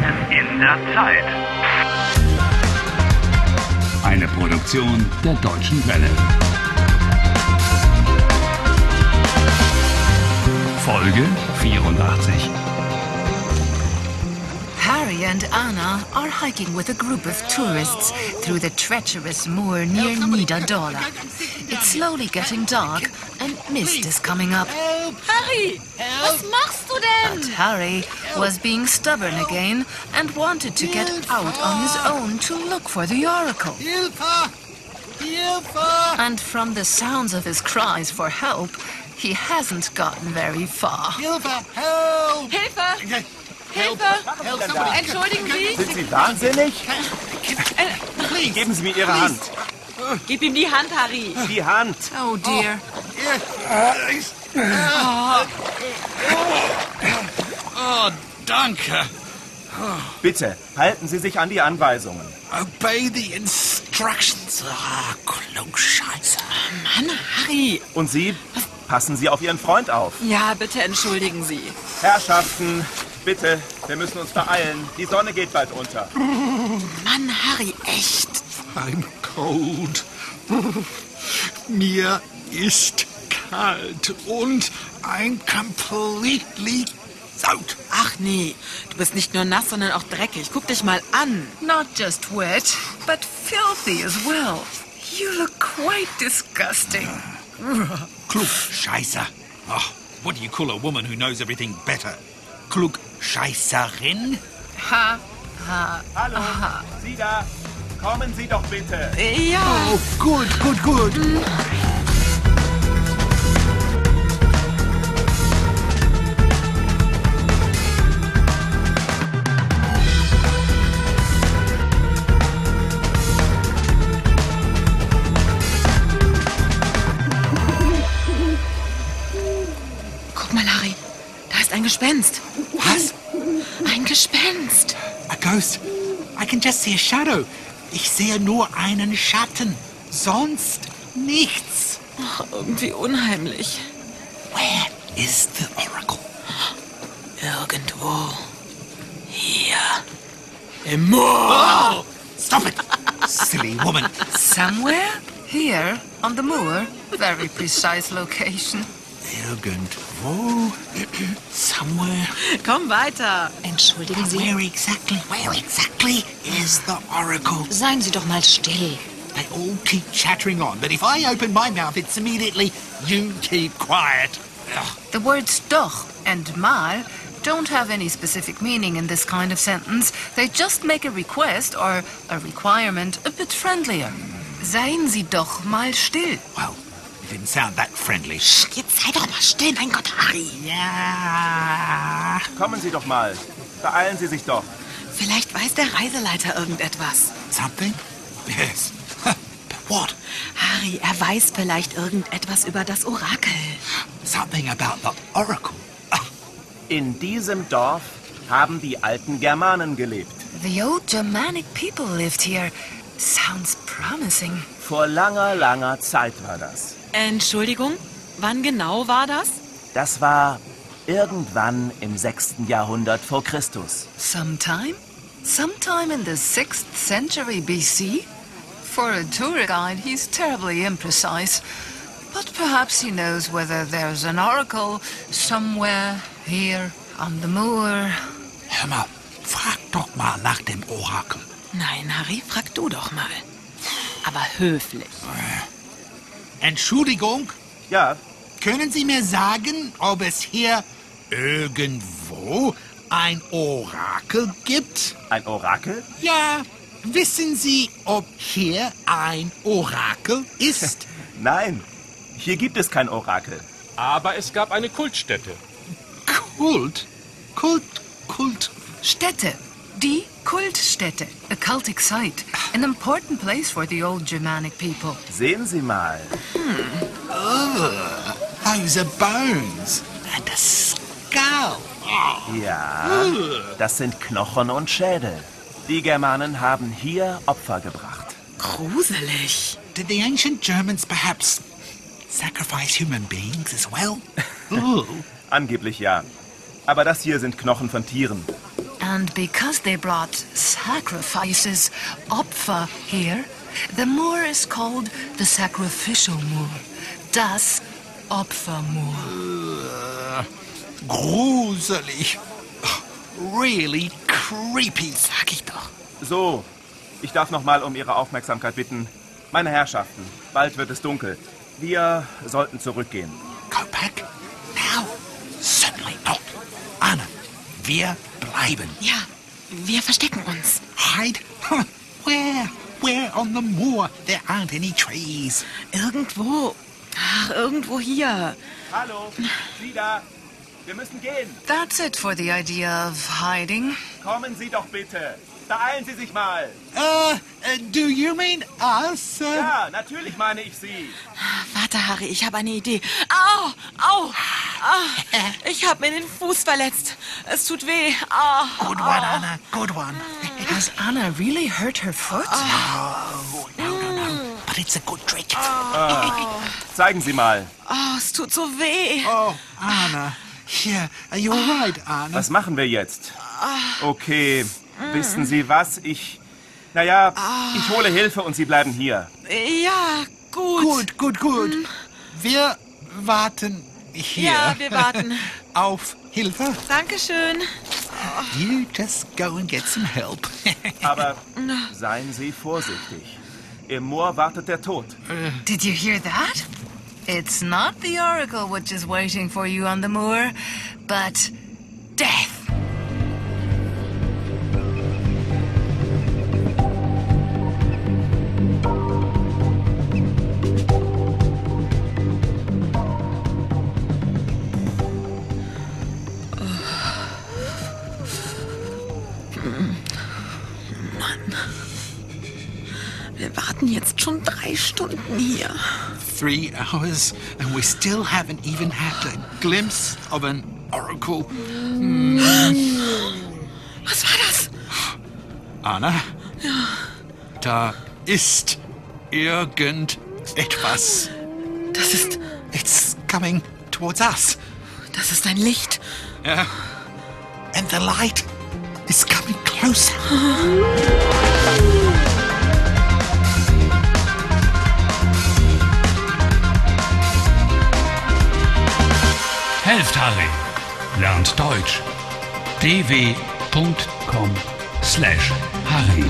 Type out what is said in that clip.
der Zeit. Eine Produktion der Deutschen Welle. Folge 84. Harry and Anna are hiking with a group of tourists through the treacherous moor near Nidadola. It's slowly getting dark and mist is coming up. Harry, was machst du But denn? Harry was being stubborn again and wanted to get out on his own to look for the oracle. Hilfe! Hilfe! And from the sounds of his cries for help, he hasn't gotten very far. Hilfe! Help! Hilfe! Help Hilfe! somebody. Entschuldigen Sie? Sie wahnsinnig? Please! Geben Sie mir Ihre Hand. Gib ihm die Hand, Harry. Die Hand. Oh dear. Ah, Oh, danke. Bitte, halten Sie sich an die Anweisungen. Obey the instructions. Ah, Klugscheiße. Mann, Harry. Und Sie, passen Sie auf Ihren Freund auf. Ja, bitte entschuldigen Sie. Herrschaften, bitte, wir müssen uns beeilen. Die Sonne geht bald unter. Mann, Harry, echt. I'm cold. Mir ist kalt und I'm completely out. Ach nee, du bist nicht nur nass, sondern auch dreckig. Guck dich mal an. Not just wet, but filthy as well. You look quite disgusting. Klugscheißer. Oh, what do you call a woman who knows everything better? Klugscheißerin? Ha. Hallo, Sie da, kommen Sie doch bitte. Ja. Oh, gut, gut, gut. Guck mal, Harry. Da ist ein Gespenst. Was? Ein Gespenst. A ghost? I can just see a shadow. Ich sehe nur einen Schatten. Sonst nichts. Ach, irgendwie unheimlich. Where is the oracle? Irgendwo. Hier. Im Moor! Oh, Stop it! Silly woman. Somewhere? Here, on the moor. Very precise location. Irgendwo? Somewhere? Komm weiter. Entschuldigen Sie, Where exactly? Where exactly is the oracle? seien Sie doch mal still. They all keep chattering on, but if I open my mouth, it's immediately, you keep quiet. Ugh. The words doch and mal don't have any specific meaning in this kind of sentence. They just make a request or a requirement a bit friendlier. Seien Sie doch mal still. Well, it didn't sound that friendly. Jetzt sei doch mal still, mein Gott, Harry. Yeah. Kommen Sie doch mal. Beeilen Sie sich doch. Vielleicht weiß der Reiseleiter irgendetwas. Something? Yes. but what? Harry, er weiß vielleicht irgendetwas über das Orakel. Something about the oracle. In diesem Dorf haben die alten Germanen gelebt. The old Germanic people lived here. Sounds promising. Vor langer, langer Zeit war das. Entschuldigung, wann genau war das? Das war irgendwann im 6. Jahrhundert vor Christus. Sometime? Sometime in the 6th century BC? For a tour guide, he's terribly imprecise. But perhaps he knows whether there's an oracle somewhere here on the moor. Hör mal, frag doch mal nach dem Orakel. Nein, Harry, frag du doch mal. Aber höflich. Entschuldigung, Ja, können Sie mir sagen, ob es hier irgendwo ein Orakel gibt? ein Orakel? Ja. Wissen Sie, ob hier ein Orakel ist? Nein, hier gibt es kein Orakel. Aber es gab eine Kultstätte. Kult? Kult? Kult? Stätte. Die Kultstätte. A cultic site. An important place for the old Germanic people. Sehen Sie mal. Ugh. Those are bones. And a skull. Ja, das sind Knochen und Schädel. Die Germanen haben hier Opfer gebracht. Gruselig. Did the ancient Germans perhaps sacrifice human beings as well? Ooh. Angeblich ja. Aber das hier sind Knochen von Tieren. And because they brought sacrifices, Opfer, here, the moor is called the sacrificial moor. Das Opfermoor. uh, Gruselig. Really creepy. Sag ich doch. So, ich darf nochmal um Ihre Aufmerksamkeit bitten. Meine Herrschaften, bald wird es dunkel. Wir sollten zurückgehen. Go back now. Certainly not. Anna, wir bleiben. Ja, wir verstecken uns. Hide? Where? Where on the moor? There aren't any trees. Irgendwo. Ach, irgendwo hier. Hallo, Sie da. Wir müssen gehen. That's it for the idea of hiding. Kommen Sie doch bitte. Beeilen Sie sich mal. Uh, uh, do you mean us? Uh, Ja, natürlich meine ich Sie. Warte, Harry, ich habe eine Idee. Au, au. Ah, ich habe mir den Fuß verletzt. Es tut weh. Ah, Good one, Anna. Good one. Has Anna really hurt her foot? Oh, no, no, no. But it's a good trick. Zeigen Sie mal. ah, es tut so weh. Oh, Anna. Here, are you all right, Anna? Was machen wir jetzt? Okay, wissen Sie was? Ich. Naja, ich hole Hilfe und Sie bleiben hier. Ja, Gut, gut. gut, gut. Wir warten hier. Mm. Ja, wir warten. Auf Hilfe. Dankeschön. You just go and get some help. Aber seien Sie vorsichtig. Im Moor wartet der Tod. Did you hear that? It's not the oracle which is waiting for you on the moor, but death. Wir warten jetzt schon drei Stunden hier. Three hours, and we still haven't even had a glimpse of an oracle. Was war das? Anna? Da ist irgendetwas. Das ist. It's coming towards us. Das ist ein Licht. And the light is coming closer. Helft Harry. Lernt Deutsch. dw.com slash Harry.